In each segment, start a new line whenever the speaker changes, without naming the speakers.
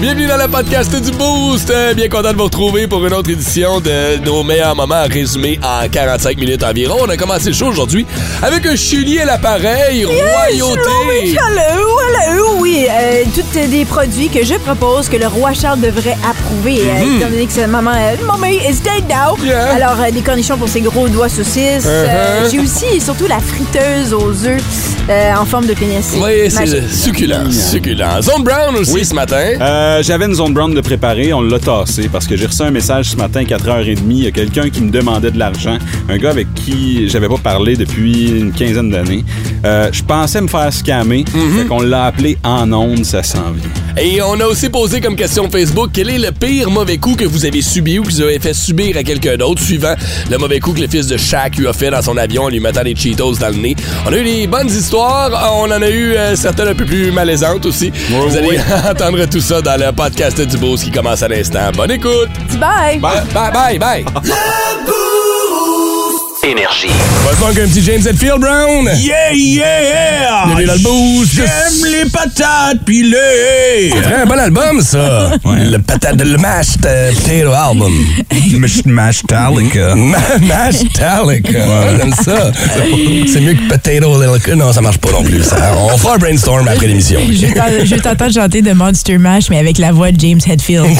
Bienvenue dans le podcast du Boost. Euh, Bien content de vous retrouver pour une autre édition de nos meilleurs moments résumés en 45 minutes environ. On a commencé le show aujourd'hui avec un chili à l'appareil, royauté.
Oui, hello, hello, oui. Euh, toutes des produits que je propose que le roi Charles devrait approuver. euh, étant donné que c'est le moment. euh, mommy, it's day now.
Yeah.
Alors, euh, des cornichons pour ses gros doigts saucisses. Euh,
Uh-huh.
J'ai aussi et surtout la friteuse aux œufs euh, en forme de pénis.
Oui,
Magique.
c'est succulent, succulent. Zone Brown aussi ce matin.
Euh, J'avais une zone brown de préparer, on l'a tassée parce que j'ai reçu un message ce matin, 4h30, il y a quelqu'un qui me demandait de l'argent, un gars avec qui j'avais pas parlé depuis une quinzaine d'années. Euh, je pensais me faire scammer,
Mhm.
fait qu'on l'a appelé en onde, ça s'en vient.
Et on a aussi posé comme question Facebook quel est le pire mauvais coup que vous avez subi ou que vous avez fait subir à quelqu'un d'autre, suivant le mauvais coup que le fils de Shaq lui a fait dans son avion en lui mettant des Cheetos dans le nez. On a eu des bonnes histoires, on en a eu euh, certaines un peu plus malaisantes aussi. vous allez entendre tout ça dans le podcast du Boost qui commence à l'instant. Bonne écoute!
Dis bye.
Bye bye bye! bye.
Énergie.
On va se voir avec un petit James Hetfield Brown!
Yeah, yeah, yeah!
Bienvenue dans le boost.
Ah, J'aime les patates pilées!
C'est un bon album, ça! Le patate, le mashed euh, potato album.
Mashtalica.
Mashtalica. Ah, J'aime ça. C'est mieux que Potato Little. Non, ça marche pas non plus. ça. On fera un brainstorm après l'émission.
Je t'en- je t'entends chanter de Monster Mash, mais avec la voix de James Hetfield. le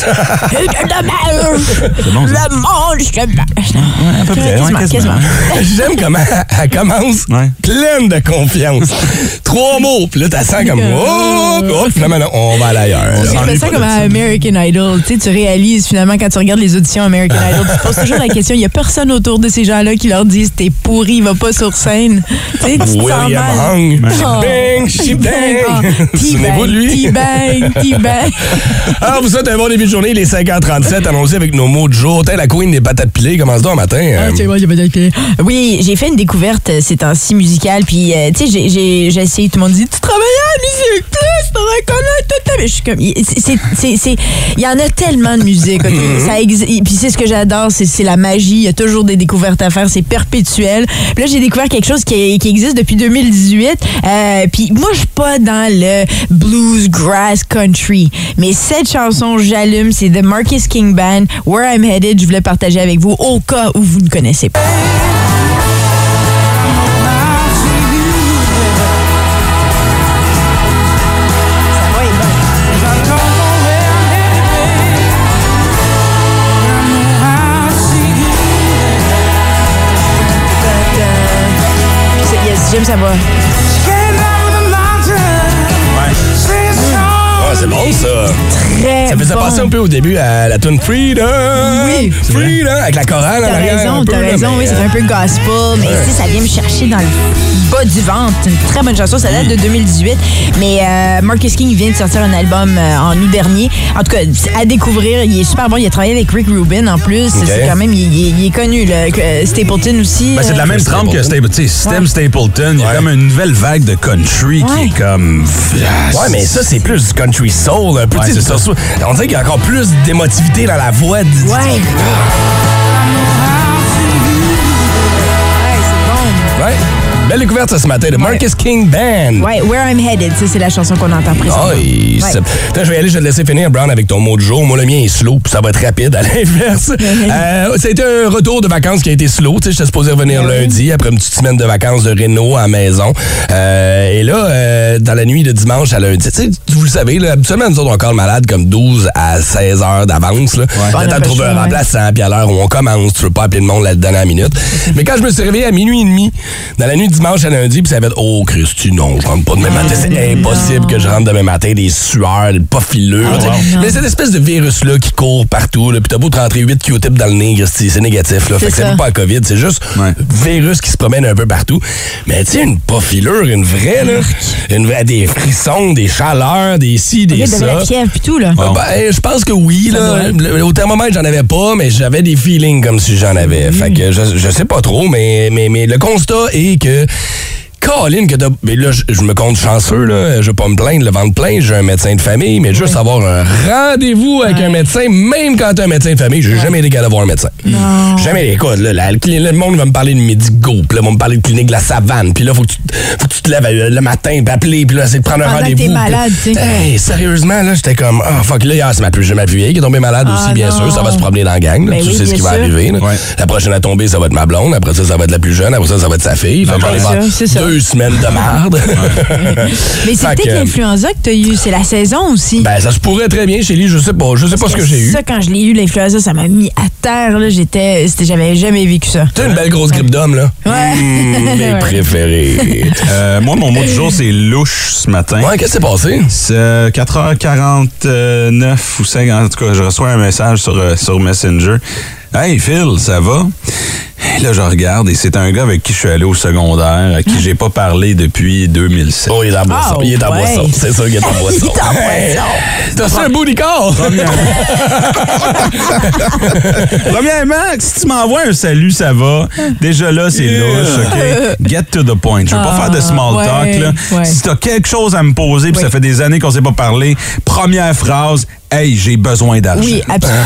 bon, ça.
Monster Mash. Ouais, à peu
près, ouais, quasiment.
J'aime comment elle commence
Ouais.
pleine de confiance. Trois mots, puis là, t'as sens comme. Oh, oh, finalement, non, on va aller ailleurs.
Je me sens comme à American Idol. Tu sais, tu réalises finalement quand tu regardes les auditions American Idol, tu te poses toujours la question il n'y a personne autour de ces gens-là qui leur disent t'es pourri, va pas sur scène. Tu sais, tu te sens
William
mal.
Hung.
Oh.
Bang, shibang. Souvenez-vous de lui.
T-Bang, T-Bang.
Alors, Ah, vous souhaitez un bon début de journée, les 5h37, annoncé avec nos mots de jour. T'es la queen des patates pilées, commence donc matin.
Ah,
euh,
tu sais, moi, j'ai pas d'alcool. Oui, j'ai fait une découverte euh, ces temps-ci musicale, puis euh, tu sais, j'ai- j'ai j'ai essayé, tout le monde dit Tu travailles à la musique, plus, tu reconnaître tout ça. Mais je suis comme. y- c'est- c'est- c'est- c'est- Il y en a tellement de musique, OK? Ça exi- Puis c'est ce que j'adore, c'est c'est la magie. Il y a toujours des découvertes à faire, c'est perpétuel. Puis là, j'ai découvert quelque chose qui, qui existe depuis 2018. euh, puis moi, je suis pas dans le bluesgrass country, mais cette chanson, j'allume, c'est The Marcus King Band, Where I'm Headed. Je voulais partager avec vous au cas où vous ne connaissez pas. C'est- Yes, j'aime ça va.
Ah, c'est bon, ça.
Très
Ça faisait
bon.
passer un peu au début à la tune Freedom.
Oui.
Freedom, avec la chorale en
T'as
arrière un
raison,
peu,
t'as
là,
raison.
mais, euh,
Oui, c'est un peu gospel, mais tu sais, ça vient me chercher dans le bas du ventre. C'est une très bonne chanson. Ça date de 2018. Mais euh, Marcus King vient de sortir un album euh, en août dernier. En tout cas, c'est à découvrir. Il est super bon. Il a travaillé avec Rick Rubin en plus.
Ok.
C'est quand même, il, il- il est connu. Là. Que, euh, Stapleton aussi.
Ben, c'est de la
euh,
même trempe que Stapleton. Tu sais, Stem
Ouais.
Stapleton, il y a comme une nouvelle vague de country qui
Ouais.
est comme.
Ouais, mais ça, c'est plus du country soul, un peu.
Ouais,
tu sais,
c'est
du soul. On dirait qu'il y a encore plus d'émotivité dans la voix. du- du-
Ouais. Ouais, c'est
Ouais. Belle découverte ça, ce matin de Marcus King Band.
bon. Ouais, Where I'm Headed, ça, c'est la chanson qu'on entend
Ah,
présentement.
Nice.
Ouais.
Attends, je vais aller, je vais te laisser finir, Brown, avec ton mot de jour. Moi, le mien est slow, puis ça va être rapide, à l'inverse. Euh, ça a été un retour de vacances qui a été slow. Tu sais, j'étais supposé revenir lundi après une petite semaine de vacances de Renault à la maison. Euh, et là, euh, dans la nuit de dimanche à lundi, tu sais, vous le savez, là, habituellement, nous autres, on colle malade comme 12 à 16 heures d'avance. Là,
On
Le
a
temps
pas
de
le
trouver
choix,
un
ouais.
remplaçant, puis à l'heure où on commence, tu veux pas appeler le monde la dernière minute. Mais quand je me suis réveillé à minuit et demi, dans la nuit de dimanche à lundi, puis ça va être Oh, Christy, non, je rentre pas
Ah,
demain matin. C'est impossible que je rentre demain matin, des sueurs, des pas filures.
Ah,
tu sais. Mais cette espèce de virus-là qui court partout, là, puis t'as beau te rentrer 8 Q-tips dans le nez, Christy, c'est négatif. Là, fait que c'est
ça.
même pas la COVID, c'est juste
Ouais.
virus qui se promène un peu partout. Mais tu sais, une pas filure, une vraie, là, une vraie, des frissons, des chaleurs, des
Il
ci,
y
des
a de
ça.
la fièvre puis tout, là.
Ah ben, je pense que oui. Là. Le- Au thermomètre, j'en avais pas, mais j'avais des
Mm.
feelings comme si j'en avais. Fait que je, je sais pas trop, mais, mais, mais le constat est que Colin, que t'as. Mais là, je- je me compte chanceux, là. Je vais pas me plaindre, le ventre plein, j'ai un médecin de famille, mais juste avoir un rendez-vous avec un médecin, même quand t'as un médecin de famille, j'ai jamais été capable d'avoir un médecin. Jamais. Écoute, là, la- le cli- le monde va me parler de Medigo, puis là, va me parler de clinique de la savane, puis là, faut que tu, faut que tu te lèves euh, le matin, puis appeler, puis là, essayer de prendre un
Pendant que
rendez-vous.
t'es
puis-
malade, tu sais.
Hey, sérieusement, là, j'étais comme, ah, fuck, là, hier, c'est ma plus jeune appuyée qui est tombée malade aussi, bien sûr. Ça va se promener dans la gang,
Ah,
là.
Ben
Tu
oui,
sais ce qui
bien
va
sûr.
arriver, là.
Ouais.
La prochaine à tomber, ça va être ma blonde. Après ça, ça va être la plus jeune. Après ça, ça va être sa fille. Fait que j'en ai
ça,
pas-
c'est ça.
deux semaines de marde.
Mais c'est
Fait
peut-être
que-
l'influenza que t'as eu. C'est la saison aussi.
Ben, ça se pourrait très bien, Chélie. Je sais pas. Je sais pas ce que j'ai eu.
Ça, quand je l'ai eu, l'influenza, ça m'a mis à terre. là. J'étais, c'était- j'avais jamais vécu ça.
T'as une belle grosse grippe d'homme, là.
Ouais.
Mmh, mes
Ouais.
préférés.
Euh, moi, mon mot du jour, c'est louche ce matin.
Ouais, qu'est-ce qui s'est passé?
C'est euh, 4h49 ou 5, en tout cas, je reçois un message sur, euh, sur Messenger. Hey Phil, ça va? Et là, je regarde et c'est un gars avec qui je suis allé au secondaire, à qui j'ai pas parlé depuis 2007.
Oh, il est en boisson.
Oh,
il est en
ouais.
boisson. C'est sûr qu'il est en boisson.
Il est en
Hey, T'as su un bout du corps?
Premièrement, si tu m'envoies un salut, ça va. Déjà là, c'est louche, OK? Get to the point. Je veux pas faire de small
ouais,
talk, là.
ouais.
Si t'as quelque chose à me poser, puis
Oui.
ça fait des années qu'on s'est pas parlé, première phrase, Hey, j'ai besoin d'argent.
Oui, absolument.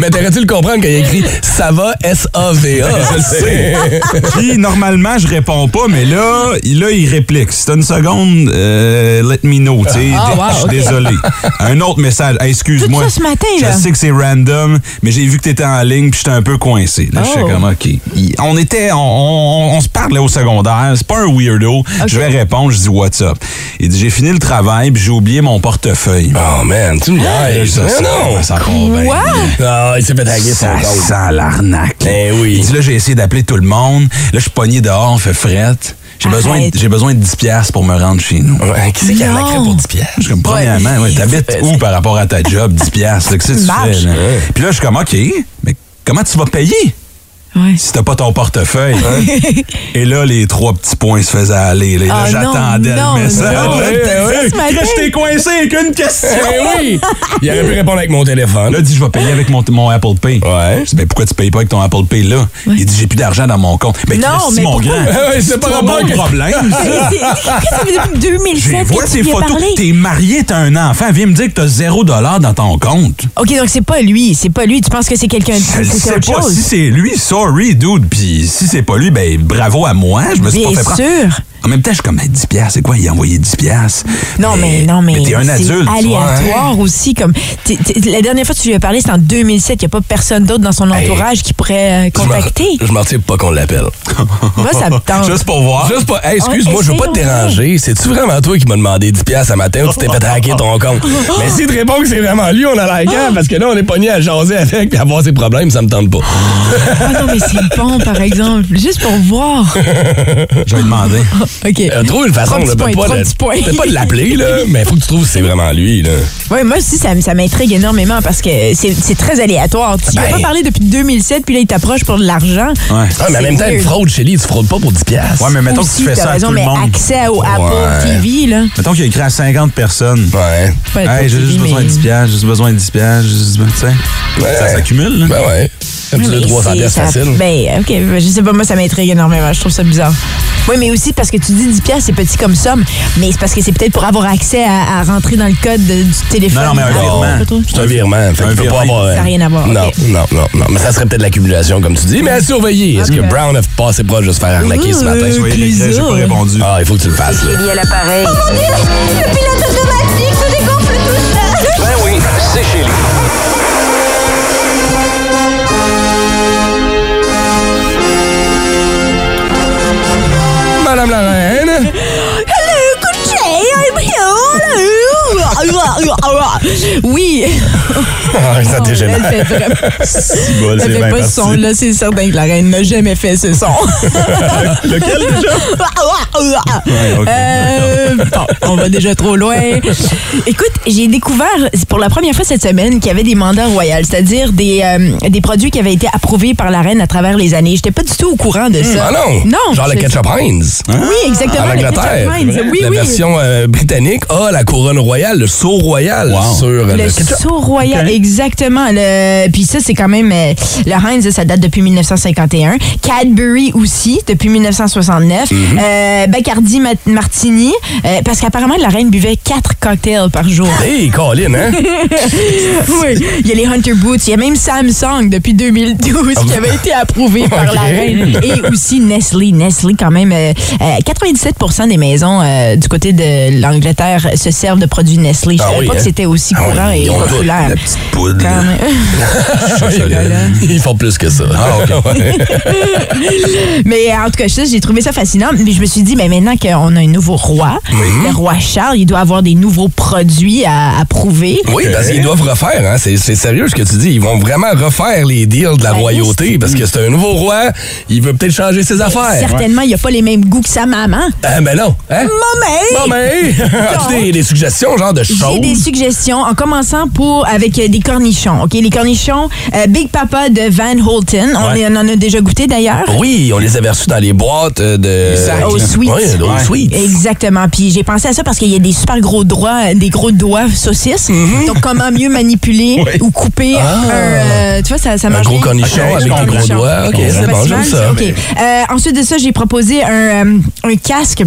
Mais t'aurais-tu le comprendre quand il a écrit Ça va S-A-V-A? Je le sais.
Puis normalement, je réponds pas, mais là, il- là il réplique. Si t'as une seconde, euh, let me know. tu sais.
Ah, wow,
je suis
ok.
désolé. Un autre message. Hey, excuse-moi.
Tout ça ce matin,
Je
là.
sais que c'est random, mais j'ai vu que t'étais en ligne puis j'étais un peu coincé. Là, je suis
Oh.
comme, OK. Il- On était, on, on- on se parlait au secondaire. C'est pas un weirdo. Je vais répondre. Je dis, what's up? Il dit, j'ai fini le travail puis j'ai oublié mon portefeuille.
Oh, man, tu me
Hey,
niaises.
ça, ça,
Mais non.
ça convainc.
Ah, il s'est fait taguer son
Ça
compte.
sent l'arnaque. là.
Ben oui.
Il dit là, j'ai essayé d'appeler tout le monde. Là, je suis pogné dehors, on fait fret. J'ai besoin,
Arrête.
j'ai besoin de 10 piastres pour me rendre chez nous.
Ouais, qui c'est qui a
Non.
la crêpe pour 10 piastres?
Je suis comme, premièrement, ouais, t'habites où par rapport à ta job, 10 piastres? là? Qu'est-ce que tu
Marche.
fais? là? Puis là, je suis comme, OK, mais comment tu vas payer
Ouais.
si t'as pas ton portefeuille? hein? Et là, les trois petits points se faisaient aller. là. Et là,
Ah,
j'attendais
non,
le
non,
message.
non,
Là,
non,
t'as-
non,
ce matin.
Chris, t'es coincé avec une question.
Eh oui! Il aurait pu répondre avec mon téléphone.
Là, il dit, je vais payer avec mon, mon Apple Pay.
Ouais.
Je dis, ben, pourquoi tu payes pas avec ton Apple Pay là? Il dit, j'ai plus d'argent dans mon compte. Ben,
Non,
Christy,
mais
mon
pourquoi-
grand.
Ouais, c'est pas
pas
rapport
mon
que-
problème.
Mais c'est- Qu'est-ce que ça veut dire depuis 2007
Je
que
vois
tu
tes
lui as
photos.
parlé?
T'es marié, t'as un enfant. Viens me dire que t'as zéro dollar dans ton compte.
OK, donc c'est pas lui. C'est pas lui. Tu penses que c'est quelqu'un
Je
d'autre.
le sais
C'est autre
pas
chose.
si c'est lui. Sorry, dude. Puis si c'est pas lui, ben bravo à moi. Je me suis
Bien
pas fait prendre.
sûr.
En même temps, je suis comme, 10 piastres, c'est quoi? Il a envoyé 10 piastres.
Non, mais, non, mais.
t'es un
c'est
adulte. tu vois, hein?
Aléatoire aussi. Comme, t'es- t'es- la dernière fois que tu lui as parlé, c'était en 2007. Il n'y a pas personne d'autre dans son entourage qui pourrait euh,
Je m'en-
contacter.
Je m'en retire pas qu'on l'appelle.
Moi, ça me tente. Ah,
Juste pour voir.
Juste pas. Hey, excuse-moi,
Ouais,
je veux pas te
essayons,
déranger. C'est-tu vraiment toi qui m'as demandé 10$ piastres ce matin ou tu t'es fait hacker ton compte? Mais s'il te répond que c'est vraiment lui, on a la guerre parce que là, on est pogné à jaser avec et avoir ses problèmes, ça me tente pas.
Ah non, mais c'est bon, par exemple. Juste pour voir.
Je vais lui demander.
OK.
Euh, trouve une façon,
Trois
là.
petits
Peut
points,
pas,
trois
le-
petits points.
peut pas de l'appeler, là, mais faut que tu trouves si c'est vraiment lui, là.
Oui, moi aussi, ça, m- ça m'intrigue énormément parce que c'est c'est très aléatoire. Tu n'as
Ben.
pas parlé depuis 2007, puis là, il t'approche pour de l'argent.
Ouais.
Ah, mais en
C'est
même temps, une
weird.
fraude, Chélie, tu fraudes pas pour 10$. piastres.
Ouais, mais mettons que
Aussi,
tu fais
t'as
ça à
raison,
tout le
mais
monde.
accès au Apple
Ouais.
TV, là.
Mettons qu'il a écrit à 50 personnes.
Ouais.
Pas Apple
Hey, j'ai
TV,
juste besoin
mais-
de 10 piastres, j'ai juste besoin de 10 piastres, j'ai juste besoin, tu sais. Ça s'accumule, là.
Ben ouais. Un petit
Oui,
200-300$
mais
piastres
c'est- ça-
facile.
Ben, OK, je sais pas, moi, ça m'intrigue énormément. Je trouve ça bizarre. Oui, mais aussi parce que tu dis 10 piastres, c'est petit comme somme, mais c'est parce que c'est peut-être pour avoir accès à, à rentrer dans le code de- du téléphone.
Non, non, mais un
Ah,
virement.
pas trop.
C'est un virement. Fait
Un
que tu peux
virement.
pas avoir. euh,
Ça n'a rien à voir,
Non,
ok.
non, non, non. Mais ça serait peut-être l'accumulation, comme tu dis. Mais à surveiller. Est-ce que Brown a passé proche de se faire arnaquer ce matin?
Euh,
Soyez réglés, j'ai pas répondu.
Ah, il faut que tu le fasses, là.
Il y a l'appareil.
Le pilote automatique se dégonfle tout seul.
Ben oui, c'est Chélie.
Madame la reine!
Oui,
Ah, ça t'est
elle
gênant.
fait vraiment.
Bol,
Elle fait
c'est bien
pas ce
parti.
son-là, c'est certain que la reine n'a jamais fait ce son.
Lequel déjà? Ouais, ok.
Euh, bon, on va déjà trop loin. Écoute, j'ai découvert pour la première fois cette semaine qu'il y avait des mandats royales, c'est-à-dire des, euh, des produits qui avaient été approuvés par la reine à travers les années. J'étais pas du tout au courant de
Hmm.
ça.
Ah non!
Non.
Genre le
je-
ketchup Heinz.
Ah,
Oui, exactement.
En
le
Angleterre,
ketchup Heinz. Oui,
la
oui.
version euh, britannique a la couronne royale, le sceau royal
Wow.
sur euh, le,
Le
ketchup.
sceau royal,
Ok.
Exactement. Le... Puis ça, c'est quand même. euh, le Heinz, ça date depuis 1951. Cadbury aussi, depuis 1969.
Mhm.
Euh, Bacardi Ma- Martini, euh, parce qu'apparemment, la reine buvait quatre cocktails par jour.
Hey, Colin, hein? Ah,
oui. Il y a les Hunter Boots. Il y a même Samsung depuis
Ah,
2012 qui
bah.
avait été approuvé par la reine. Et aussi Nestlé. Nestlé, quand même, euh, euh, 97 des maisons euh, du côté de l'Angleterre se servent de produits Nestlé. Je
Ah
savais
oui,
pas
hein?
que c'était aussi courant et
ils ont
populaire.
La petite poudre.
Quand
là.
même.
Ils font plus que ça.
Ah, OK.
Mais euh, en tout cas, ça, j'ai trouvé ça fascinant. Mais je me suis dit, mais maintenant qu'on a un nouveau roi, le roi Charles, il doit avoir des nouveaux produits à, à prouver.
Oui, parce qu'ils doivent refaire, hein. C'est c'est sérieux ce que tu dis. Ils vont vraiment refaire les deals de la
Ben,
royauté parce que c'est un nouveau roi. Il veut peut-être changer ses
Ben,
affaires.
Certainement, il n'y a pas les mêmes goûts que sa maman.
Ah, ben non. Hein?
Maman!
Bon, ben, as-tu des, des suggestions, genre de
J'ai des
choses?
suggestions en commençant pour avec euh, des cornichons. OK, les cornichons euh, Big Papa de Van Holten. On,
Ouais.
est- on en a déjà goûté d'ailleurs.
Oui, on les avait reçus dans les boîtes euh, de.
sacs. Aux sweets.
Ouais, aux
Ouais.
sweets.
Exactement. Puis j'ai pensé à ça parce qu'il y a des super gros doigts, des gros doigts saucisses.
Mm-hmm.
Donc comment mieux manipuler
Ouais.
ou couper un, euh, tu vois ça ça
Ah. Un
marche
gros
bien.
cornichon
Ok, je
avec des gros
comprends.
doigts. Ok, c'est
pas
bon,
si
j'aime
mal,
ça.
OK. Euh, ensuite de ça, j'ai proposé un, euh, un casque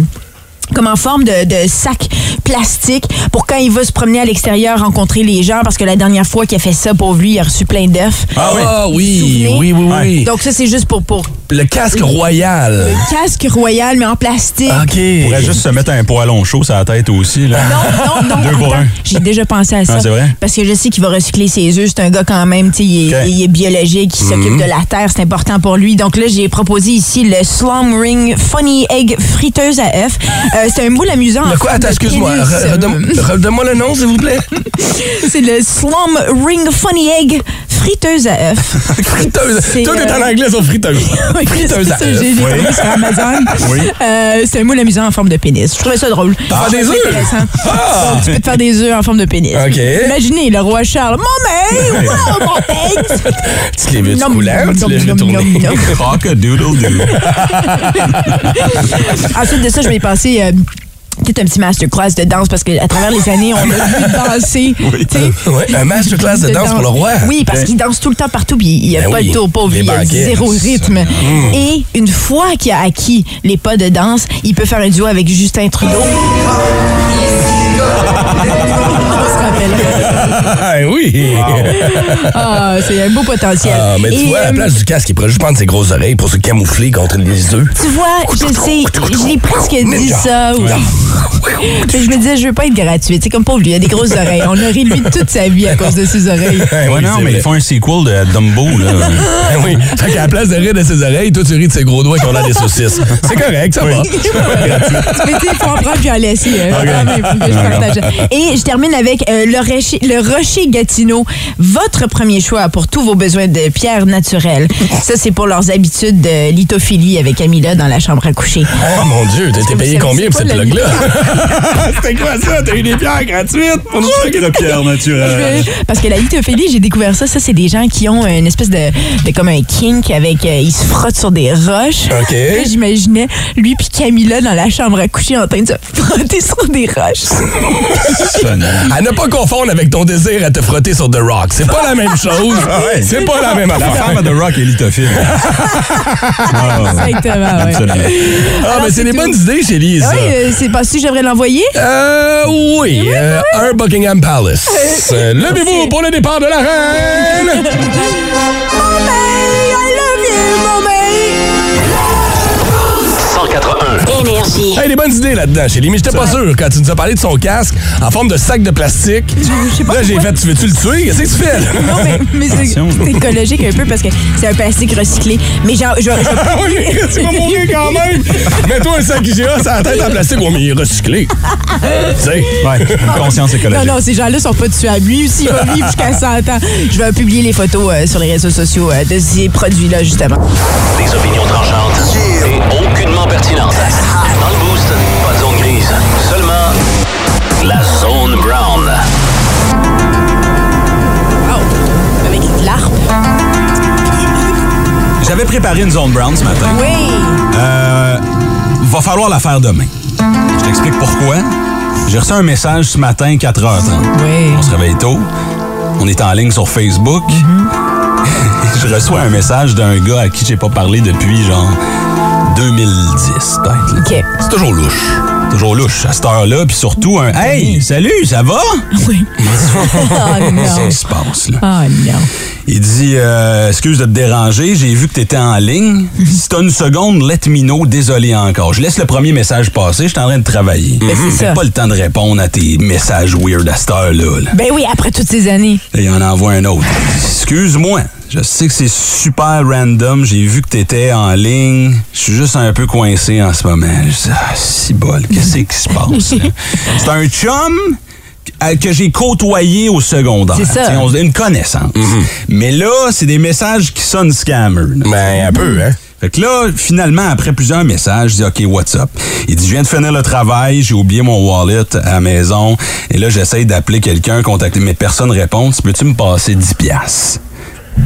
comme en forme de, de sac plastique pour quand il va se promener à l'extérieur, rencontrer les gens, parce que la dernière fois qu'il a fait ça, pour lui, il a reçu plein d'œufs.
Ah oui, oui,
Souvenez.
oui, oui. oui.
Donc ça, c'est juste pour, pour
le casque royal.
le casque royal, mais en plastique.
OK.
Il pourrait juste se mettre un poêlon chaud sur la tête aussi. Là.
Non, non, non.
Deux pour
attends,
un.
J'ai déjà pensé à ça.
Ah, c'est vrai?
Parce que je sais qu'il va recycler ses œufs. C'est un gars quand même, tu sais, il, est-
Ok. Mhm.
il est biologique, il s'occupe de la terre, c'est important pour lui. Donc là, j'ai proposé ici le Slum Ring Funny Egg friteuse à œufs. Euh, c'est un moule amusant. en
Le quoi?
forme
Attends,
de
excuse-moi.
pénis.
Re- redonne- Redonne-moi le nom, s'il vous plaît.
C'est le Slum Ring Funny Egg friteuse à œufs.
Friteuse.
C'est,
Tout est en
euh,
anglais sur friteuse.
Oui,
Friteuse à
c'est ça,
œufs.
J'ai j'ai trouvé sur Amazon. Euh, c'est un moule amusant en forme de pénis. Je trouvais ça drôle.
Ah,
Je trouvais
des
ça
œufs?
intéressant.
Ah!
Donc, tu peux te faire des œufs en forme de pénis.
OK.
Imaginez le roi Charles. Mon mec! Wow, mon mec!
Tu l'es vu
Nom,
coulant, tu
nom,
l'es vu
nom, nom, nom.
Crock-a-doodle-doo.
Ensuite de ça, je vais passer. Euh, peut-être un petit masterclass de danse parce qu'à travers les années, on a vu danser. tu sais.
Ouais, un masterclass de danse pour le roi.
Oui, parce qu'il danse tout le temps partout, puis il n'y a
Ben
pas
oui,
le tour pauvre,
les
il y a
banquets,
zéro
c'est ça. Mm.
rythme. Et une fois qu'il a acquis les pas de danse, il peut faire un duo avec Justin Trudeau. On se rappelle.
Ah, oui.
Ah, c'est un beau potentiel.
Ah, mais tu
Et,
vois, à la
euh,
place du casque, il pourrait juste prendre ses grosses oreilles pour se camoufler contre les œufs.
tu vois, je sais, j'ai presque dit ça. ou-
Ah,
Mais je me disais, je veux pas être gratuite. C'est comme pauvre, lui, il a des grosses oreilles. On a ri de lui toute sa vie à cause de ses oreilles.
Ouais,
Oui,
non,
c'est
mais
vrai.
ils font un sequel de Dumbo. Là.
Ah oui. Fait qu'à la place de rire de ses oreilles, toi, tu ris de ses gros doigts qu'on a des saucisses. C'est correct, ça va.
Mais tu sais, il faut en prendre puis en laisser. euh, quand même, faut que je partage. Et je termine avec euh, le, rocher, le rocher Gatineau, votre premier choix pour tous vos besoins de pierres naturelles. Ça, c'est pour leurs habitudes de lithophilie avec Camilla dans la chambre à coucher.
Ah, mon Dieu, t'as été
que
payé
vous savez
combien pour
pas
cette
la
plug-là? C'était quoi ça? T'as eu des pierres gratuites? On nous truc de pierres naturelles.
Parce que la lithophilie, j'ai découvert ça. Ça, c'est des gens qui ont une espèce de, de comme un kink avec. euh, ils se frottent sur des roches.
OK.
Là, J'imaginais lui puis Camilla dans la chambre à coucher en train de se frotter sur des roches.
À ne pas confondre avec ton désir à te frotter sur The Rock. C'est pas la même chose.
ouais.
C'est pas la même
La
affaire.
femme de Rock est lithophile. Ah, ouais.
Exactement, ouais.
Absolument.
Ah, mais c'est
c'est
des
tout.
bonnes idées chez Lise.
Ah Oui, euh, c'est pas si j'aimerais l'envoyer.
Euh, oui, euh, un Buckingham Palace. Euh, Levez-vous pour le départ de la
I
reine!
love you, mon mec.
181.
Énergie.
Hey, des bonnes idées là-dedans, Chélie, mais j'étais pas sûr quand tu nous as parlé de son casque en forme de sac de plastique. Là, j'ai fait, tu veux-tu le tuer? Qu'est-ce que tu fais? là?
Non, mais, mais c'est
Attention.
c'est écologique un peu parce que c'est un plastique recyclé. Mais genre, je, je-
Ah oui, tu vas mourir quand même! Mets-toi un sac IGA sur la tête en plastique. Ouais, mais il est recyclé. tu sais?
Ouais, une conscience
non,
écologique.
non, ces gens-là sont pas tuables. Lui aussi, il va vivre jusqu'à 100 ans. Je vais publier les photos euh, sur les réseaux sociaux euh, de ces produits-là, justement.
Des opinions tranchantes et aucunement pertinentes. Dans le boost, pas de zone grise. Seulement la zone brown.
Wow! Avec l'arbre.
J'avais préparé une zone brown ce matin.
Oui!
Euh, va falloir la faire demain. Je t'explique pourquoi. J'ai reçu un message ce matin, 4h30.
Oui.
On se réveille tôt. On est en ligne sur Facebook.
Mm-hmm.
je reçois un message d'un gars à qui j'ai pas parlé depuis genre 2010, peut-être. là.
OK.
C'est toujours louche. Toujours louche à cette heure-là, puis surtout un Hey, salut, ça va?
Ah Oui. oh non.
Qu'est-ce qui se passe, là?
Oh non.
Il dit euh, Excuse de te déranger, j'ai vu que t'étais en ligne.
Mm-hmm.
Si t'as une seconde, let me know, désolé encore. Je laisse le premier message passer, je suis en train de travailler.
Ben, c'est
J'ai
ça.
pas le temps de répondre à tes messages weird à cette heure-là. là.
Ben oui, après toutes ces années.
Là, il en envoie un autre. Excuse-moi, je sais que c'est super random. J'ai vu que t'étais en ligne. Je suis juste un peu coincé en ce moment. Je dis, ah, si bol, qu'est-ce qui se passe? là? c'est un chum à- que j'ai côtoyé au secondaire.
C'est ça. Mm-hmm.
T'sais, on se- une connaissance. Mais là, c'est des messages qui sonnent scammer. là.
Ben, un peu, hein?
Fait que là, finalement, après plusieurs messages, je dis OK, what's up? Il dit Je viens de finir le travail, j'ai oublié mon wallet à la maison. Et là, j'essaye d'appeler quelqu'un, contacter, mais personne répond. Tu Peux-tu me passer 10$? piastres?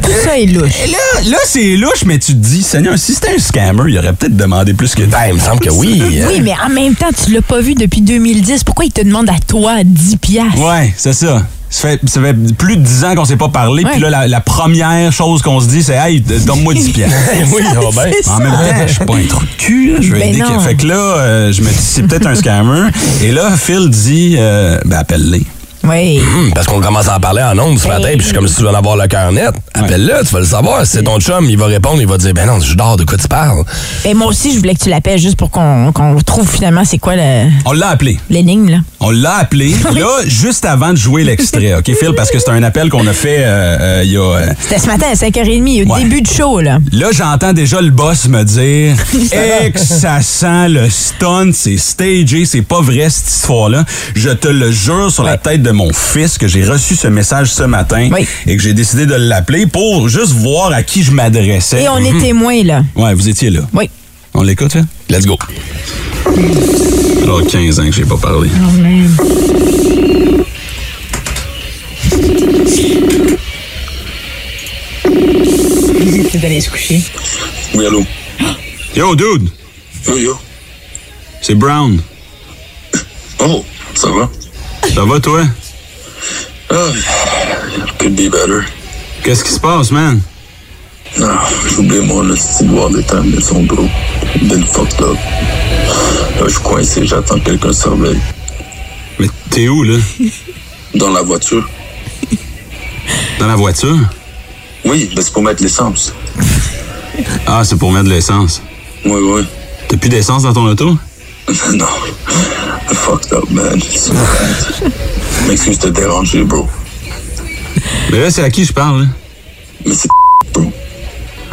Tout ça est louche.
Et là, là c'est louche, mais tu te dis, Seigneur, si c'était un scammer, il aurait peut-être demandé plus que 10$.
Ben, il me semble que oui. hein?
Oui, mais en même temps, tu l'as pas vu depuis 2010. Pourquoi il te demande à toi 10 piastres?
Ouais, c'est ça. Ça fait, ça fait plus de 10 ans qu'on s'est pas parlé,
Ouais.
puis là, la, la première chose qu'on se dit, c'est Hey, donne-moi 10$. piastres.
oui, ça va bien.
ah ben. C'est
En même temps, je suis pas un trou de cul. là. Je veux
Ben
aider
non.
que- Fait que là, euh, je me dis, c'est peut-être un scammer. Et là, Phil dit, euh, ben, appelle-les.
Oui.
Hum, parce qu'on commence à en parler en ondes ce matin, puis je suis comme si tu veux en avoir le cœur net. Appelle-le, tu vas le savoir. Si c'est ton chum, il va répondre, il va dire Ben non, je dors, de quoi tu parles?
Ben moi aussi, je voulais que tu l'appelles juste pour qu'on qu'on trouve finalement c'est quoi le-
On l'a appelé.
l'énigme, là.
On l'a appelé. Là, juste avant de jouer l'extrait, OK, Phil, parce que c'est un appel qu'on a fait euh, euh, il y a. euh,
C'était ce matin à 5h30, au
Ouais.
début du show, là.
Là, j'entends déjà le boss me dire Eh, que ça sent le stunt, c'est stagé, c'est pas vrai cette histoire-là. Je te le jure sur la tête de mon fils que j'ai reçu ce message ce matin
Oui.
et que j'ai décidé de l'appeler pour juste voir à qui je m'adressais.
Et on est témoin, là.
Ouais, vous étiez là.
Oui.
On l'écoute, hein?
Let's go.
Alors, 15 ans que j'ai pas parlé.
C'est d'aller se coucher.
Oui, allô?
Yo, dude!
Yo, yo.
C'est Brown.
Oh, ça va?
Ça va, toi?
Ah, could be better.
Qu'est-ce qui se passe, man?
Ah, j'ai oublié mon petit wallet à la maison, bro. Been fucked up. Là, je suis coincé, j'attends que quelqu'un surveille.
Mais t'es où, là?
Dans la voiture?
Dans la voiture?
Oui, mais c'est pour mettre l'essence.
Ah, c'est pour mettre de l'essence.
Oui, oui.
T'as plus d'essence dans ton auto?
non. Fucked up, man. It's so bad. M'excuse de te déranger, bro.
Mais Ben là, c'est à qui je parle, là?
Mais c'est bro.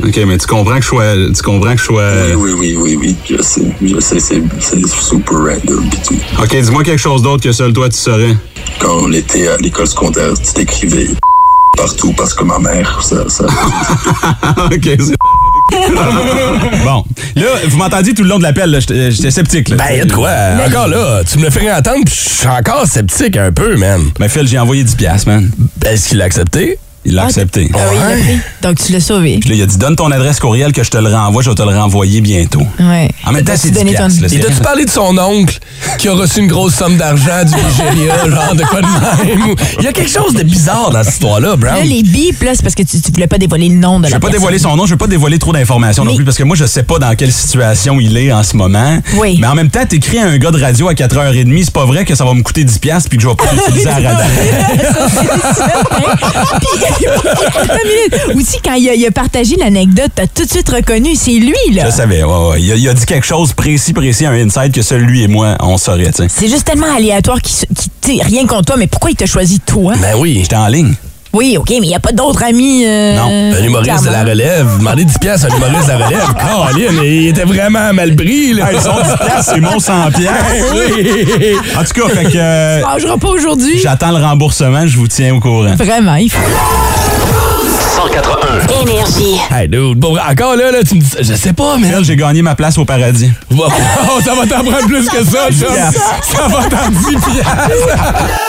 OK, mais tu comprends que je sois. Tu comprends que je sois.
Oui, oui, oui, oui, oui. Je sais, je sais, c'est c'est super random pis tout.
OK, dis-moi quelque chose d'autre que seul toi tu saurais.
Quand on était à l'école secondaire, tu t'écrivais partout parce que ma mère, ça, ça.
OK, c'est. bon. Là, vous m'entendiez tout le long de l'appel, là. J'étais j'étais sceptique, là.
Ben, y'a de quoi? Encore là, tu me le fais entendre, puis je suis encore sceptique un peu, man.
Ben, Phil, j'ai envoyé 10$, piastres, man.
Ben, Est-ce qu'il l'a accepté?
Il l'a
Ah,
accepté.
Ah oui, il l'a
Ouais.
pris. Donc, tu l'as sauvé.
Puis là, il a dit donne ton adresse courriel que je te le renvoie, je vais te le renvoyer bientôt.
Ouais.
En même temps,
T'as-tu
c'est 10$.
donné ton-
piastres, là, c'est-
Il t'a-tu parlé de son oncle qui a reçu une grosse somme d'argent du Nigeria, genre de quoi de même? ou- Il y a quelque chose de bizarre dans cette histoire-là,
Là,
Brown.
les bips, là, c'est parce que tu, tu voulais pas dévoiler le nom de
Je
la
vais pas
personne.
dévoiler son nom, je vais pas dévoiler trop d'informations non
Mais-
plus parce que moi je sais pas dans quelle situation il est en ce moment.
Oui.
Mais en même temps, t'écris à un gars de radio à 4h30, c'est pas vrai que ça va me coûter 10 pièces puis que je vais pas l'utiliser à la radio.
Puis, attends une minute. Aussi, quand il a, il a partagé l'anecdote, t'as tout de suite reconnu, c'est lui,
Je
là.
le savais, ouais, ouais. Il a, il a dit quelque chose précis, précis, un insight que seul lui et moi, on saurait, tu sais.
C'est juste tellement aléatoire qu'il, se- qu'il- tu sais, rien contre toi, mais pourquoi il t'a choisi toi?
Ben oui.
J'étais en ligne.
Oui, OK, mais il n'y a pas d'autres amis. euh,
Non,
Un humoriste de la
clairement.
relève. Demandez 10 piastres à un humoriste de la relève. Caroline, il était vraiment mal pris, là.
Ils sont 10 piastres, c'est mon 100 piastres.
Oui.
En tout cas, fait que euh,
Ah, je serai pas aujourd'hui.
j'attends le remboursement, je vous tiens au courant.
Vraiment, il faut.
181.
Énergie.
Hey, dude, bon, encore là, là, tu me dis. Je sais pas, mais.
J'ai gagné ma place au paradis.
Wow, ça va t'en prendre plus que ça, chum.
piastres.
Ça va t'en 10 piastres.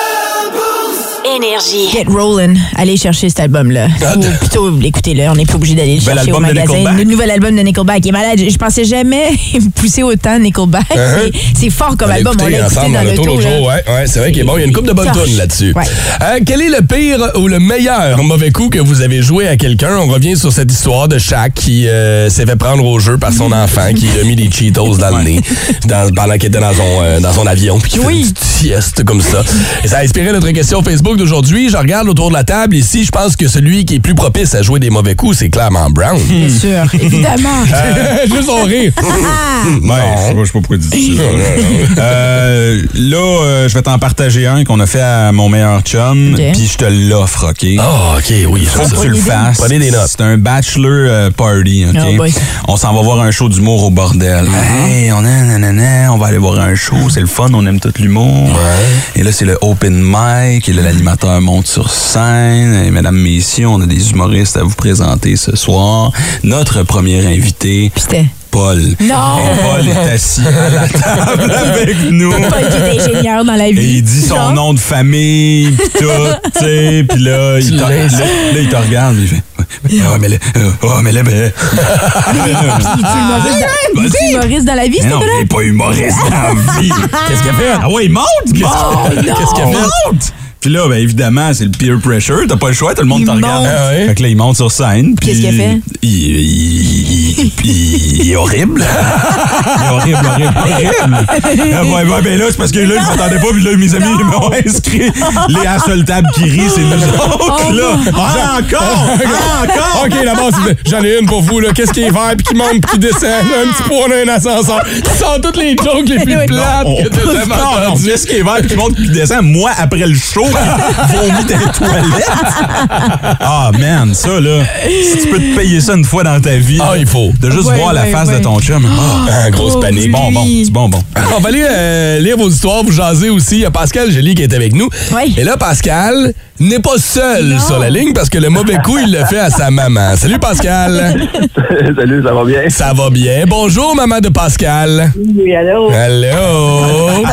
Énergie.
Get Rollin', allez chercher cet album-là. Ou plutôt, écoutez-le, on n'est pas obligé d'aller le
Nouvel
chercher au
Ah, album de
magasin.
Nickelback.
Le nouvel album de Nickelback. Il est malade. Je je pensais jamais pousser autant Nickelback.
Uh-huh.
C'est- C'est fort comme
On l'a
album.
écouté
on l'a écouté
ensemble
dans
dans
le
l'auto l'autre jour. Ouais, ouais, c'est vrai qu'il est bon. Il y a une couple de bonnes
Torche.
tunes là-dessus.
Ouais.
Euh, quel est le pire ou le meilleur mauvais coup que vous avez joué à quelqu'un? On revient sur cette histoire de Shaq qui euh, s'est fait prendre au jeu par son enfant qui lui a mis des Cheetos dans le nez dans- pendant qu'il était dans son, euh, dans son avion puis qui fait une petite sieste comme ça. Et ça a inspiré notre question Facebook d'aujourd'hui. Je regarde autour de la table ici. Je pense que celui qui est plus propice à jouer des mauvais coups, c'est clairement Brown.
Bien sûr, évidemment.
Ah.
Euh, Juste on rire.
Ouais, je sais pas pourquoi tu dis ça. Euh, là, euh, je vais t'en partager un qu'on a fait à mon meilleur chum,
Ok.
puis je te l'offre, OK?
Ah, OK, oui.
Faut que tu le fasses.
Prenez des notes.
C'est un bachelor euh, party, OK?
Oh boy.
on s'en va voir un show d'humour au bordel.
Ah.
Hey, on, a, nanana, on va aller voir un show, c'est le fun, on aime tout l'humour. Et là, c'est le open mic, et là, l'animateur monte sur scène. Et mesdames, messieurs, on a des humoristes à vous présenter ce soir. Notre premier invité,
Putain.
Paul.
Non.
Et Paul est assis à la table avec nous.
Paul qui est ingénieur dans la vie.
Et il dit son
Non.
nom de famille, pis tout, tu sais, pis là, il te, là, là, il te regarde, il fait Ouais, ouais, mais là, euh, ouais, mais là, ben.
Il est
Ah, Vas-y!
humoriste dans la vie,
Mais
ce
non,
gars-là?
il est pas humoriste dans la vie. Qu'est-ce qu'il a fait? Ah ouais, il monte!
Oh,
Qu'est-ce qu'il a fait? Monte! Puis là, ben évidemment, c'est le peer pressure. T'as pas le choix, tout le monde
Il
te regarde.
monte.
Ah ouais. Fait que là, il monte sur scène. puis
Qu'est-ce qu'il a fait?
Il, il- il- il- il est horrible. il est horrible, horrible, horrible. Ah ouais, ouais, ben là, c'est parce que là, ils s'entendaient pas. Puis là, mes amis, ils m'ont inscrit. Les à seule table qui rit, c'est nous autres,
Oh,
Oh,
là. Ah, encore! Ah, encore!
OK, d'abord, s'il vous plaît. j'en ai une pour vous. là. Qu'est-ce qui est vert, puis qui monte, puis qui descend. Un petit poids dans un ascenseur. Tu sens toutes les jokes les plus plates
Non,
que t'as
on-
jamais
non, non,
entendues.
laisse qu'il est vert puis qu'il monte puis qu'il descend. Moi, après le show, il vomit dans les toilettes. Ah, man, ça, là, si tu peux te payer ça une fois dans ta vie,
Ah, il faut.
de juste
Ouais,
voir la
ouais,
face
ouais.
de ton chum. Ah,
Ah, grosse
Oh,
panique.
c'est bon, bon,
lui.
c'est bon, bon.
On va aller euh, lire vos histoires, vous jaser aussi. Il y a Pascal Joly qui est avec nous.
Oui.
Et là, Pascal n'est pas seul sur la ligne parce que le mauvais coup, il le fait à sa maman. Salut, Pascal.
Salut, ça va bien?
Ça va bien. Bonjour, maman de Pascal.
Oui, allô?
Hello.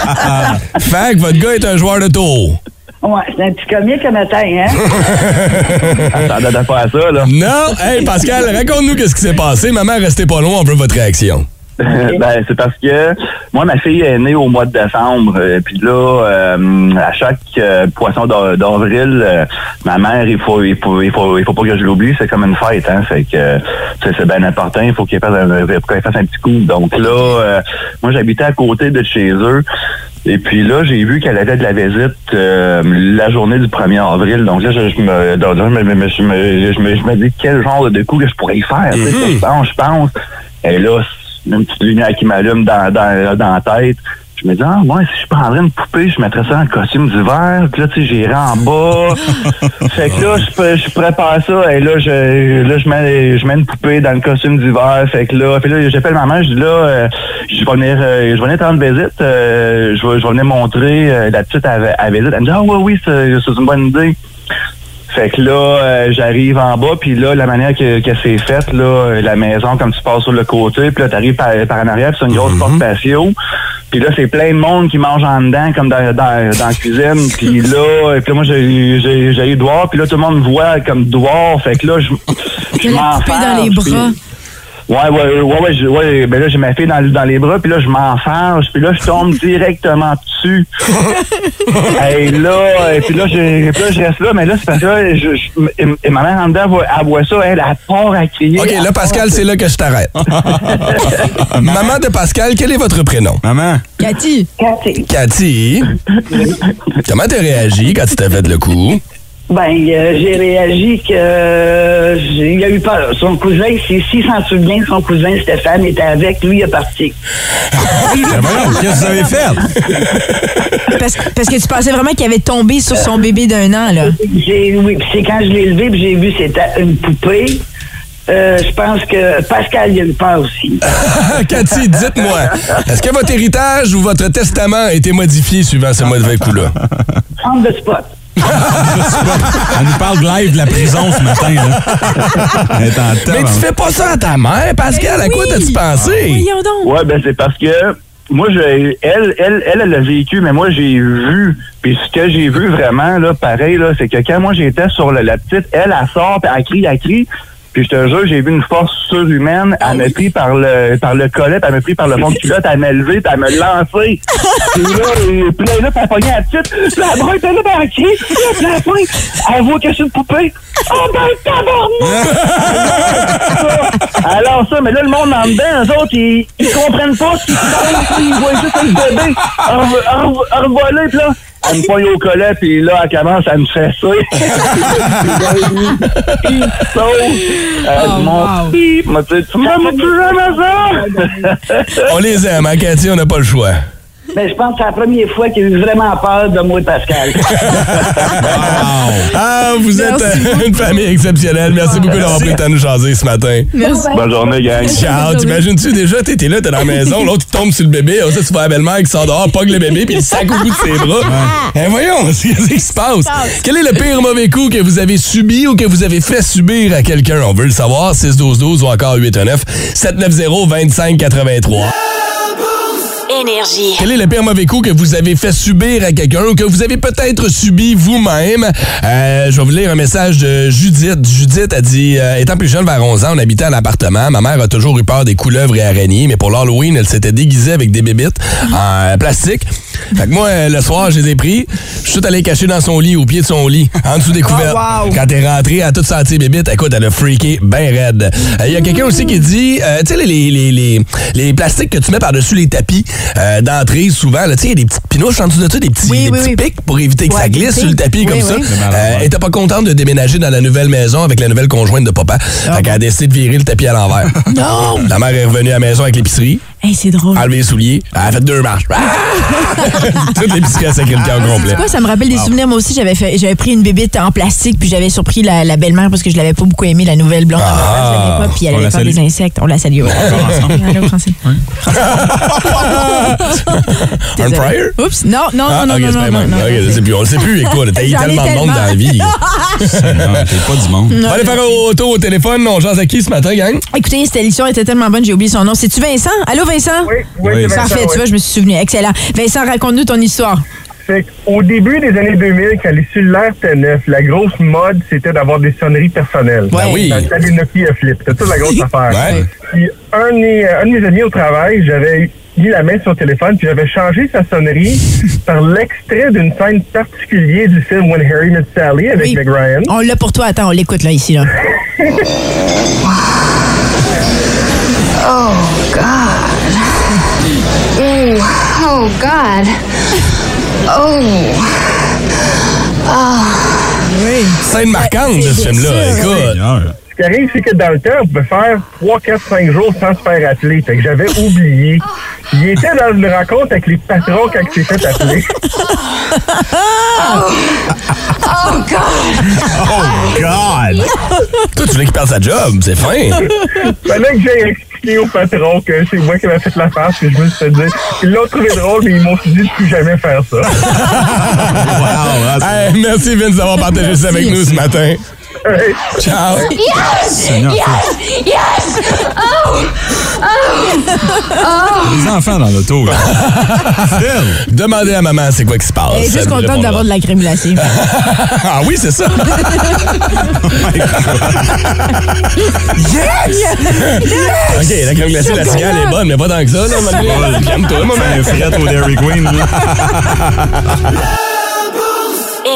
fait que votre gars est un joueur de tour.
Ouais, c'est un petit comique le matin, hein?
T'en pas à ça, là.
Non. Hey, Pascal, raconte-nous qu'est-ce qui s'est passé. Maman, restez pas loin, on veut votre réaction.
ben, c'est parce que moi, ma fille est née au mois de décembre. euh, Puis là, euh, à chaque euh, poisson d'a- d'avril, euh, ma mère, il faut, il faut, il faut, il faut pas que je l'oublie. C'est comme une fête, hein. Fait que euh, c'est c'est bien important. Il faut qu'elle fasse, un- qu'elle fasse un petit coup. Donc là, euh, moi, j'habitais à côté de chez eux. Et puis là, j'ai vu qu'elle avait de la visite euh, la journée du 1er avril. Donc là, je, je me, donc là, je me, je me- je me- je me- je me dis quel genre de coup que je pourrais y faire. tu sais. Je pense, je pense. Et là, une petite lumière qui m'allume dans, dans, dans la tête. Je me dis, ah, moi, si je prendrais une poupée, je mettrais ça en costume d'hiver. Puis là, tu sais, j'irais en bas. fait que là, je, pré- je prépare ça. Et là, je, là, je mets, je mets une poupée dans le costume d'hiver. Fait que là, puis là, j'appelle maman. Je dis, là, euh, je vais venir, euh, je vais venir te rendre visite. Euh, je, vais, je vais venir montrer euh, la petite à, à visite. Elle me dit, ah, oui, oui, c'est c'est une bonne idée. Fait que là, euh, j'arrive en bas, puis là, la manière que, que c'est fait, là, euh, la maison, comme tu passes sur le côté, puis là, t'arrives par, par en arrière, puis c'est une grosse porte patio. Puis là, c'est plein de monde qui mange en dedans, comme dans, dans, dans la cuisine. Puis là, et puis là, moi, j'ai eu- j'ai j'ai eu Douard, puis là, tout le monde me voit comme Douard. Fait que là, je je
Il a la poupée
m'enferme,
dans les
puis-
bras.
Ouais, ouais, ouais, ouais, je- ouais, ben là, j'ai ma fille dans, le- dans les bras, puis là, je m'enferme, puis là, je tombe directement dessus. Et là, et puis là, je, puis là, je reste là, mais là, c'est parce que là, je, je- et, et ma mère en dedans, elle voit- elle voit ça, elle, elle part à crier.
OK,
elle
là,
part-
Pascal, c'est là que je t'arrête. Maman de Pascal, quel est votre prénom?
Maman,
Cathy.
Ah,
Cathy.
Cathy, comment t'as réagi quand tu t'as fait le coup?
Ben, euh, j'ai réagi que euh, j'ai- il a eu peur. Son cousin, si, si s'en souvient, son cousin Stéphane était avec, lui il est parti.
ben voyons, qu'est-ce que vous avez fait?
Parce, parce que tu pensais vraiment qu'il avait tombé sur son bébé d'un an, là.
Eh
J'ai oui, puis c'est quand je l'ai levé, puis j'ai vu c'était une poupée. Euh, je pense que Pascal il a eu peur aussi.
Ah, Cathy, dites-moi, est-ce que votre héritage ou votre testament a été modifié suivant ce mauvais coup-là?
Centre de spot.
On nous parle live de la prison ce matin, là. Elle est en
Mais tu
tabarnak.
fais pas ça à ta mère, Pascal. À quoi
Ben oui.
t'as-tu pensé?
Ah, Voyons donc.
Ouais, ben c'est parce que moi, je, elle, elle, elle, elle l'a vécu, mais moi, j'ai vu. Puis ce que j'ai vu vraiment, là, pareil, là, c'est que quand moi, j'étais sur le- la petite, elle, elle sort, puis elle crie, elle crie. Puis je te jure, j'ai vu une force surhumaine. Elle m'a pris par le, par le collet, puis elle m'a pris par le fond de culotte, elle m'a levé, puis elle m'a lancé. puis là, et- puis là, elle a pogné la petite. Puis la brune, elle a crié. Puis là, puis la pointe, elle voit que c'est une poupée. Oh, ben, tabarnak! Alors ça, mais là, le monde en dedans, eux autres, ils, ils comprennent pas ce qui se passe. Ils voient juste un bébé en- en- en envolé, puis là. Elle me poigne au collet, puis là, elle commence à me fesser. Puis, euh, saute. Elle
Oh,
monte. Pip, moi, tu sais, tu m'as mis du Amazon!
On les aime, hein, Cathy, on n'a pas le choix.
Ben, je pense que c'est la première fois qu'il a eu vraiment peur de moi et Pascal.
Ah, vous êtes euh, une famille exceptionnelle. Ah, Merci beaucoup d'avoir pris le temps de nous jaser ce matin.
Merci.
Bonne journée, gang.
Ciao, t'imagines-tu déjà, t'étais là, t'es dans la maison, l'autre il tombe sur le bébé, oh, ça tu vois la belle-mère qui sort dehors, pogne le bébé, puis il le sac au bout de ses bras. Eh, voyons, qu'est-ce qui se passe? Quel est le pire mauvais coup que vous avez subi ou que vous avez fait subir à quelqu'un? On veut le savoir, 612-12 ou encore 819-790-2583.
Énergie.
Quel est le pire mauvais coup que vous avez fait subir à quelqu'un ou que vous avez peut-être subi vous-même? Euh, je vais vous lire un message de Judith. Judith a dit euh, Étant plus jeune, vers 11 ans, on habitait à l'appartement. Ma mère a toujours eu peur des couleuvres et araignées, mais pour l'Halloween, elle s'était déguisée avec des bébites en euh, plastique. Fait que moi, euh, le soir, je les ai pris. Je suis tout allé cacher dans son lit, au pied de son lit, en dessous des
Oh,
couvertes. Quand elle est rentrée, elle a tout senti bébite. Écoute, elle a freaké ben raide. Euh, Il y a quelqu'un aussi qui dit, euh, tu sais, les, les, les, les- les plastiques que tu mets par-dessus les tapis euh, d'entrée, souvent, là, tu sais, il y a des petites pinoches en dessous de ça, des petits, des petits pics pour éviter que
Ouais,
ça glisse
des
sur le
pics.
tapis
Oui,
comme
oui.
ça.
Le malheur,
Euh,
ouais.
elle était pas contente de déménager dans la nouvelle maison avec la nouvelle conjointe de papa.
Ah
Fait qu'elle a décidé de virer le tapis à l'envers. non! La mère est revenue à la maison avec l'épicerie.
c'est drôle.
Enlever les souliers. Elle a fait deux marches. Ah! Toute l'épicerie a sacré le camp au complet.
C'est quoi, ça me rappelle des
Wow.
souvenirs. Moi aussi, j'avais fait, j'avais pris une bébite en plastique, puis j'avais surpris la, la belle-mère parce que je l'avais pas beaucoup aimée, la nouvelle blonde. à
Ah.
ma mère, je l'aimais pas, puis elle
On la
avait peur
salue.
des insectes. On la salue. ouais. Allô, Francine. Ah,
Un prior?
Oups, non, non,
Ah,
non,
ok,
non,
c'est
non,
pas
non,
même.
non,
Ok, je sais plus. On le sait plus, écoute. T'as eu
J'en ai
tellement de monde
tellement.
dans la vie.
Seigneur, t'es pas du monde.
On va aller faire un auto au téléphone. On jase à qui ce matin, gang?
Écoutez, cette émission était tellement bonne, j'ai oublié son nom. C'est-tu Vincent? Allô, Vincent? Oui,
oui, Oui. c'est Vincent,
Parfait,
oui.
tu vois, je me suis souvenu. Excellent. Vincent, raconte-nous ton histoire.
Fait Au début des années 2000, quand les cellulaires étaient neufs, la grosse mode, c'était d'avoir des sonneries personnelles.
Ben oui.
T'as des Nokia Flip, c'était toute la grosse affaire.
Ouais.
Puis un, de mes- un de mes amis au travail, j'avais mis la main sur le téléphone, puis j'avais changé sa sonnerie par l'extrait d'une scène particulière du film When Harry Met Sally avec Meg Ryan.
On l'a pour toi. Attends, on l'écoute, là, ici, là.
Oh, God. Ooh, oh, God. Oh. Oh.
Oui.
Scène marquante de ce film-là. Écoute.
Ce qui arrive, c'est que dans le temps, on pouvait faire 3, 4, 5 jours sans se faire appeler. Fait que j'avais oublié. Il était dans une rencontre avec les patrons quand il s'est fait appeler.
Oh, God!
Oh, God! Toi, tu voulais qu'il perde sa job. C'est fin.
Fallait que j'aille expliquer au patron que c'est moi qui avais fait la farce, que je me suis fait dire. Ils l'ont trouvé drôle, mais ils m'ont dit de plus jamais faire ça.
Ah,
Hey, merci, Vince, d'avoir partagé ça avec nous ce matin. Ciao.
Yes! Yes! Yes! Oh! Oh!
Les enfants dans l'auto. là.
Demandez à maman c'est quoi qui se passe.
Elle est juste
Elle vous
contente d'avoir de la crème glacée.
répondra. Ah oui, c'est ça.
Yes! Yes!
OK, la crème glacée, la cigale est bonne, mais pas tant que ça. Non,
C'est
mais calme-toi, maman.
C'est un frette au Dairy Queen,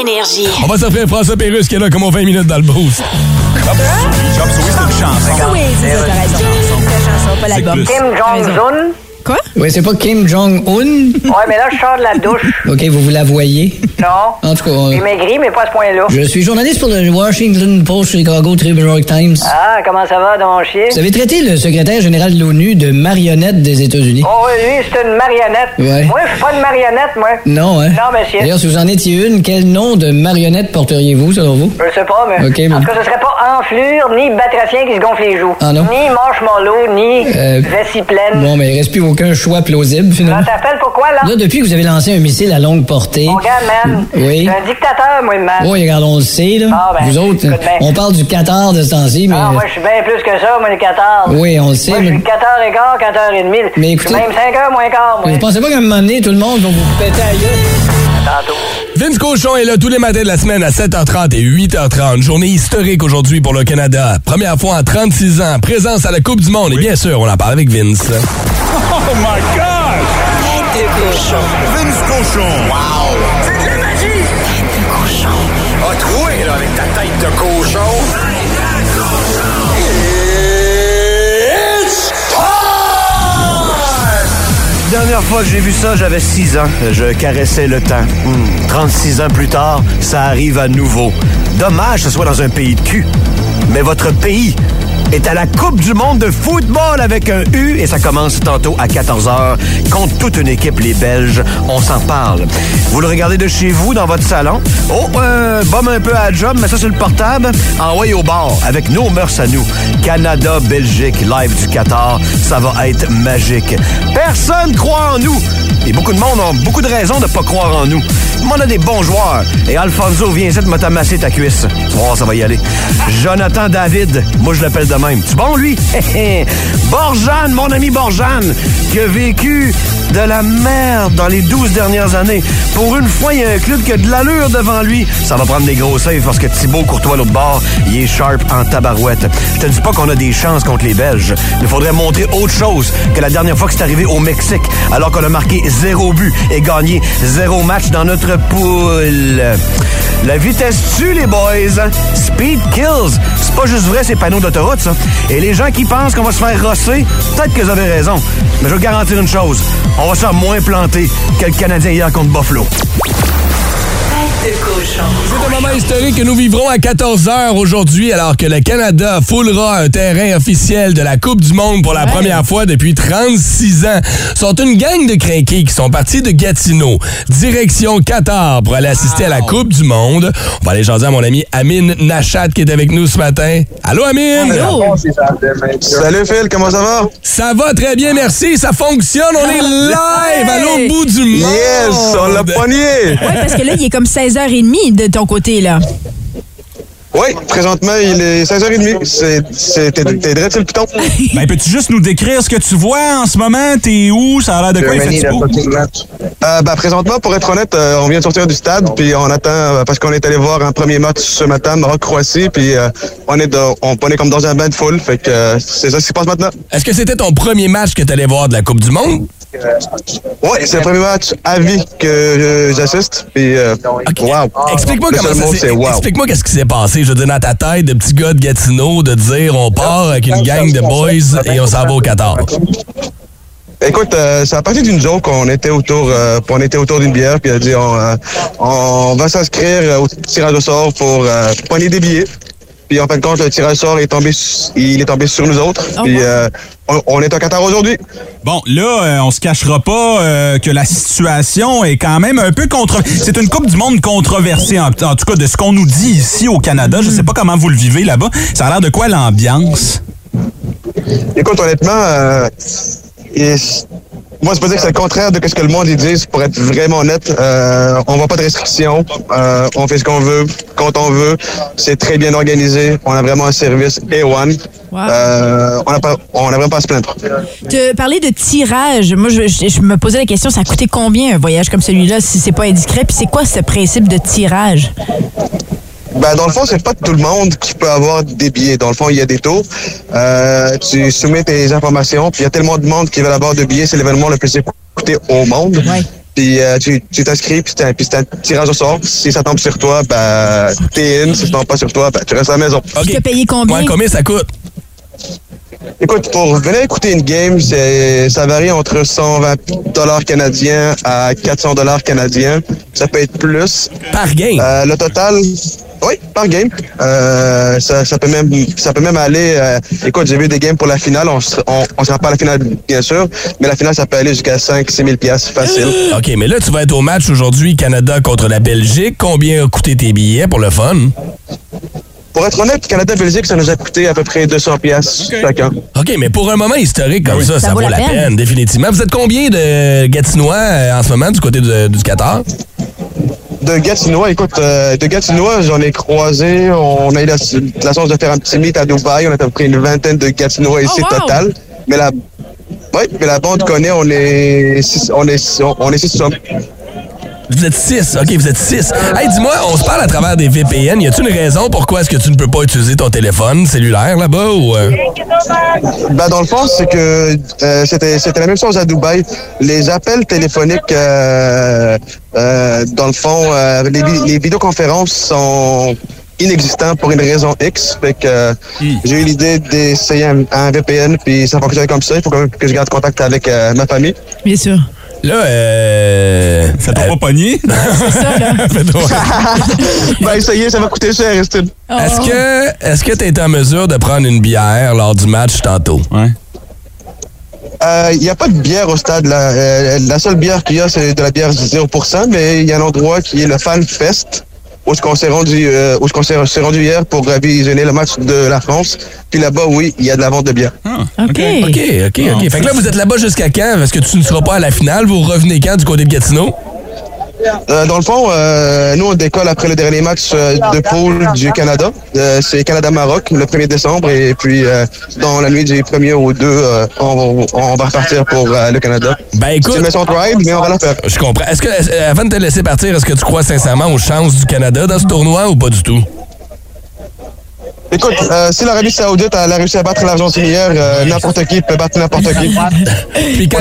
Énergie.
On va s'offrir François Pérusse qui est là comme on 20 minutes dans le boost.
Chop Suey, c'est une chanson.
Oui, c'est ça, t'as raison. C'est la chanson, pas l'album.
Kim Jong-un.
Quoi?
Oui, c'est pas Kim Jong-un. ouais, mais là, je sors de la douche. OK, vous vous la voyez? Non. En tout cas. euh,
J'ai maigri, mais pas à ce point-là.
Je suis journaliste pour le Washington Post, Chicago Tribune, New York Times.
Ah, comment ça va, dans mon chien?
Vous avez traité le secrétaire général de l'ONU de marionnette des États-Unis.
Oh, oui, lui, c'est une marionnette.
Ouais.
Moi, je suis pas une marionnette, moi.
Non, hein?
Non, monsieur.
D'ailleurs, si vous en étiez une, quel nom de marionnette porteriez-vous, selon vous?
Je sais pas, mais.
Ok, mais-
En tout cas, ce serait pas enflure, ni batracien qui se gonfle les joues.
Ah, non? Euh,
Ni manche mollo, ni vessie pleine.
Bon, mais il reste plus vos aucun choix plausible, finalement.
T'appelles pourquoi, là?
Là, depuis que vous avez lancé un missile à longue portée.
Mon gars, man.
Oui.
J'ai un dictateur, moi, man.
Oui, regarde, on le sait, là.
Ah, ben,
vous autres,
écoute bien.
on parle du 14 de ce temps-ci, mais.
Ah, moi, je suis bien plus que ça, moi, les 14.
Oui, on le sait,
Moi, je
mais-
suis 14 et quart, 14 et demi. Je
Mais
suis
écoutez-
même 5 heures moins quart, moi.
vous pensez pas qu'à un moment donné, tout le monde va vous péter à la gueule?
Vince Cochon est là tous les matins de la semaine à 7h30 et 8h30. Journée historique aujourd'hui pour le Canada. Première fois en 36 ans. Présence à la Coupe du Monde. Et bien sûr, on en parle avec Vince.
Oh my God! Tête de cochon. Vince cochon. Wow! C'est de la magie! Tête de cochon. Ah, troué, là, avec ta tête de cochon. It's
Dernière fois que j'ai vu ça, j'avais 6 ans. Je caressais le temps. Hmm, 36 ans plus tard, ça arrive à nouveau. Dommage que ce soit dans un pays de cul. Mais votre pays est à la Coupe du monde de football avec un U et ça commence tantôt à 14h contre toute une équipe, les Belges. On s'en parle. Vous le regardez de chez vous, dans votre salon. Oh, euh, bombe un peu à la job, mais ça sur le portable. Envoyez au bord avec nos mœurs à nous. Canada, Belgique, live du Qatar. Ça va être magique. Personne croit en nous. Et beaucoup de monde ont beaucoup de raisons de ne pas croire en nous. Mais on a des bons joueurs. Et Alfonso, viens ici de me tamasser ta cuisse. Tu vas voir, ça va y aller. Jonathan David, moi je l'appelle de même. Tu bon, lui? Borjane, mon ami Borjane, qui a vécu de la merde dans les 12 dernières années. Pour une fois, il y a un club qui a de l'allure devant lui. Ça va prendre des gros saves parce que Thibaut Courtois, l'autre bord, il est sharp en tabarouette. Je te dis pas qu'on a des chances contre les Belges. Il faudrait montrer autre chose que la dernière fois que c'est arrivé au Mexique, alors qu'on a marqué zéro but et gagné zéro match dans notre poule. La vitesse tue, les boys. hein? Speed kills. C'est pas juste vrai, ces panneaux d'autoroute, ça. Et les gens qui pensent qu'on va se faire rosser, peut-être qu'ils avaient raison. Mais je veux garantir une chose. On va se faire moins planter que le Canadien hier contre Buffalo.
C'est un moment historique que nous vivrons à 14h aujourd'hui alors que le Canada foulera un terrain officiel de la Coupe du Monde pour la première fois depuis 36 ans. Sont une gang de crinqués qui sont partis de Gatineau, direction Qatar pour aller assister à la Coupe du Monde. On va aller jaser à mon ami Amine Nachat qui est avec nous ce matin. Allô Amine!
oh!
Salut Phil, comment ça va?
Ça va très bien, merci. Ça fonctionne, on est live à l'autre bout du monde.
Yes, on l'a pogné.
Oui, parce que là, il est comme 16h30 de ton côté, là.
Oui, présentement, il est 16h30. C'est- c'est- T'es t'es direct sur le piton.
Ben, peux-tu juste nous décrire ce que tu vois en ce moment? T'es où? Ça a l'air de quoi? Il fait beau?
Euh, bah, présentement, pour être honnête, euh, on vient de sortir du stade, puis on attend, euh, parce qu'on est allé voir un premier match ce matin, Maroc-Croatie, puis euh, on, est dans- on, on est comme dans un bain de foule, fait que euh, c'est ça qui se passe maintenant.
Est-ce que c'était ton premier match que t'allais voir de la Coupe du Monde?
Oui, c'est le premier match à vie que euh, j'assiste, puis euh, wow.
Explique-moi
Le
comment
seul
ça
mot,
s'est-
c'est wow.
Explique-moi qu'est-ce qui s'est passé. Je veux dire, dans ta tête de petit gars de Gatineau, de dire on part avec une gang de boys et on s'en va au Qatar.
Écoute, euh, ça a parti d'une joke. On était autour, euh, on était autour d'une bière, puis elle a dit on, euh, on va s'inscrire euh, au tirage au sort pour euh, pogner des billets. Puis en fin de compte, le tirage au sort est tombé, su- il est tombé sur nous autres. Puis euh, on, on est au Qatar aujourd'hui.
Bon, là, euh, on se cachera pas euh, que la situation est quand même un peu contre. C'est une Coupe du Monde controversée, en, en tout cas de ce qu'on nous dit ici au Canada. Je sais pas comment vous le vivez là-bas. Ça a l'air de quoi l'ambiance?
Écoute, honnêtement, euh, et c- moi, je peux dire que c'est le contraire de ce que le monde ils disent, pour être vraiment honnête. Euh, on voit pas de restrictions. Euh, on fait ce qu'on veut, quand on veut. C'est très bien organisé. On a vraiment un service A1.
Ah.
Euh, on n'a pas- on n'a vraiment pas à se plaindre.
Te parler de tirage, moi, je, je- je me posais la question, ça coûtait combien un voyage comme celui-là, si c'est pas indiscret? Puis c'est quoi ce principe de tirage?
Ben, dans le fond, c'est pas tout le monde qui peut avoir des billets. Dans le fond, il y a des taux. Euh, tu soumets tes informations, puis il y a tellement de monde qui veulent avoir de billets. C'est l'événement le plus écouté au monde. Puis euh, tu tu t'inscris, puis c'est un- puis c'est un tirage au sort. Si ça tombe sur toi, ben, t'es in. Si ça tombe pas sur toi, ben, tu restes à la maison.
Tu as payé combien?
combien ça coûte?
Écoute, pour venir écouter une game, c'est- ça varie entre 120 dollars canadiens à 400 dollars canadiens. Ça peut être plus.
Par game?
Euh, le total, oui, par game. Euh, ça, ça peut même, ça peut même aller. euh, écoute, j'ai vu des games pour la finale. On se- on, on sera pas à la finale, bien sûr, mais la finale, ça peut aller jusqu'à 5 6 000 piastres facile.
OK, mais là, tu vas être au match aujourd'hui Canada contre la Belgique. Combien a coûté tes billets pour le fun?
Pour être honnête, Canada-Belgique, ça nous a coûté à peu près 200 pièces chacun.
OK, mais pour un moment historique comme
Ah oui.
ça, ça, vaut, la peine. définitivement. Vous êtes combien de Gatinois euh, en ce moment du côté de- du Qatar?
De Gatinois, écoute, euh, de Gatinois, j'en ai croisé. On a eu la, la chance de faire un petit meet à Dubaï. On a à peu près une vingtaine de Gatinois ici total. Mais la, ouais, mais la bande connaît, on est six, on est, on est six hommes.
Vous êtes 6, ok, vous êtes 6. Hey, dis-moi, on se parle à travers des VPN. Y a-t-il une raison pourquoi est-ce que tu ne peux pas utiliser ton téléphone cellulaire là-bas ou. euh?
Ben, dans le fond, c'est que euh, c'était c'était la même chose à Dubaï. Les appels téléphoniques, euh, euh, dans le fond, euh, les, vi- les vidéoconférences sont inexistants pour une raison X. Fait que euh, j'ai eu l'idée d'essayer un, un VPN, puis ça fonctionne comme ça. Il faut quand même que je garde contact avec euh, ma famille.
Bien sûr.
Là, euh. Ça t'a pas pogné?
C'est ça, là.
ben, essayez, ça va coûter cher, Estine.
Est-ce
Oh.
que est-ce que t'as été en mesure de prendre une bière lors du match tantôt? Ouais.
Il n'y Euh, a pas de bière au stade. là. Euh, la seule bière qu'il y a, c'est de la bière 0%, mais il y a un endroit qui est le Fan Fest, où on s'est rendu, euh, où on s'est- s'est rendu hier pour euh, visionner le match de la France. Puis là-bas, oui, il y a de la vente de bière.
OK. OK, OK, OK. Fait que là, vous êtes là-bas jusqu'à quand? Est-ce que tu ne seras pas à la finale? Vous revenez quand du côté de Gatineau?
Euh, dans le fond, euh, nous, on décolle après le dernier match euh, de poule du Canada. Euh, c'est Canada-Maroc le 1er décembre. Et puis, euh, dans la nuit du 1er au 2, euh, on, on va repartir pour euh, le Canada.
Ben écoute.
C'est une mission de ride, mais on va la faire.
Je comprends. Est-ce que, est-ce- avant de te laisser partir, est-ce que tu crois sincèrement aux chances du Canada dans ce tournoi ou pas du tout?
Écoute, euh, si l'Arabie Saoudite elle a réussi à battre l'Argentine hier, euh, n'importe qui peut battre n'importe qui.
Puis quand,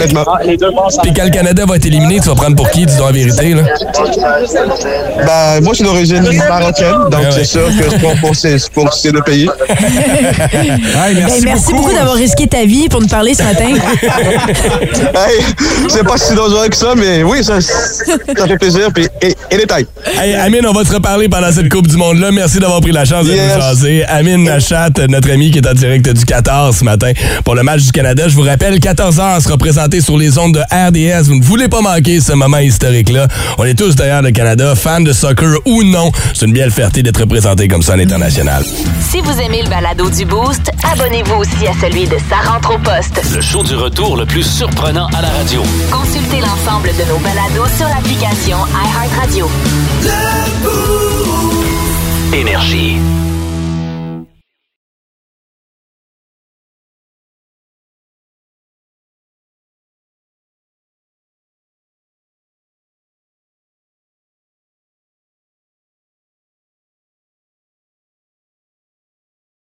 puis quand le Canada va être éliminé, tu vas prendre pour qui, dis-donc la vérité, là?
Bah, moi, je suis d'origine marocaine, donc
Ah
c'est sûr que je prends pour ces- pour ces deux pays.
Ben, merci beaucoup, d'avoir risqué ta vie pour nous parler ce matin.
Hey, c'est pas si dangereux que ça, mais oui, ça, ça fait plaisir. Puis, et, et détail.
Hey, Amine, on va te reparler pendant cette Coupe du Monde-là. Merci d'avoir pris la chance de
Yes.
nous jaser. Amine Nachat, notre ami qui est en direct du 14 ce matin pour le match du Canada. Je vous rappelle, 14h sera présenté sur les ondes de RDS. Vous ne voulez pas manquer ce moment historique-là. On est tous d'ailleurs le Canada, fans de soccer ou non. C'est une belle fierté d'être représenté comme ça à l'international.
Si vous aimez le balado du Boost, abonnez-vous aussi à celui de Sa rentre au poste.
Le show du retour le plus surprenant à la radio.
Consultez l'ensemble de nos balados sur l'application iHeartRadio.
Énergie.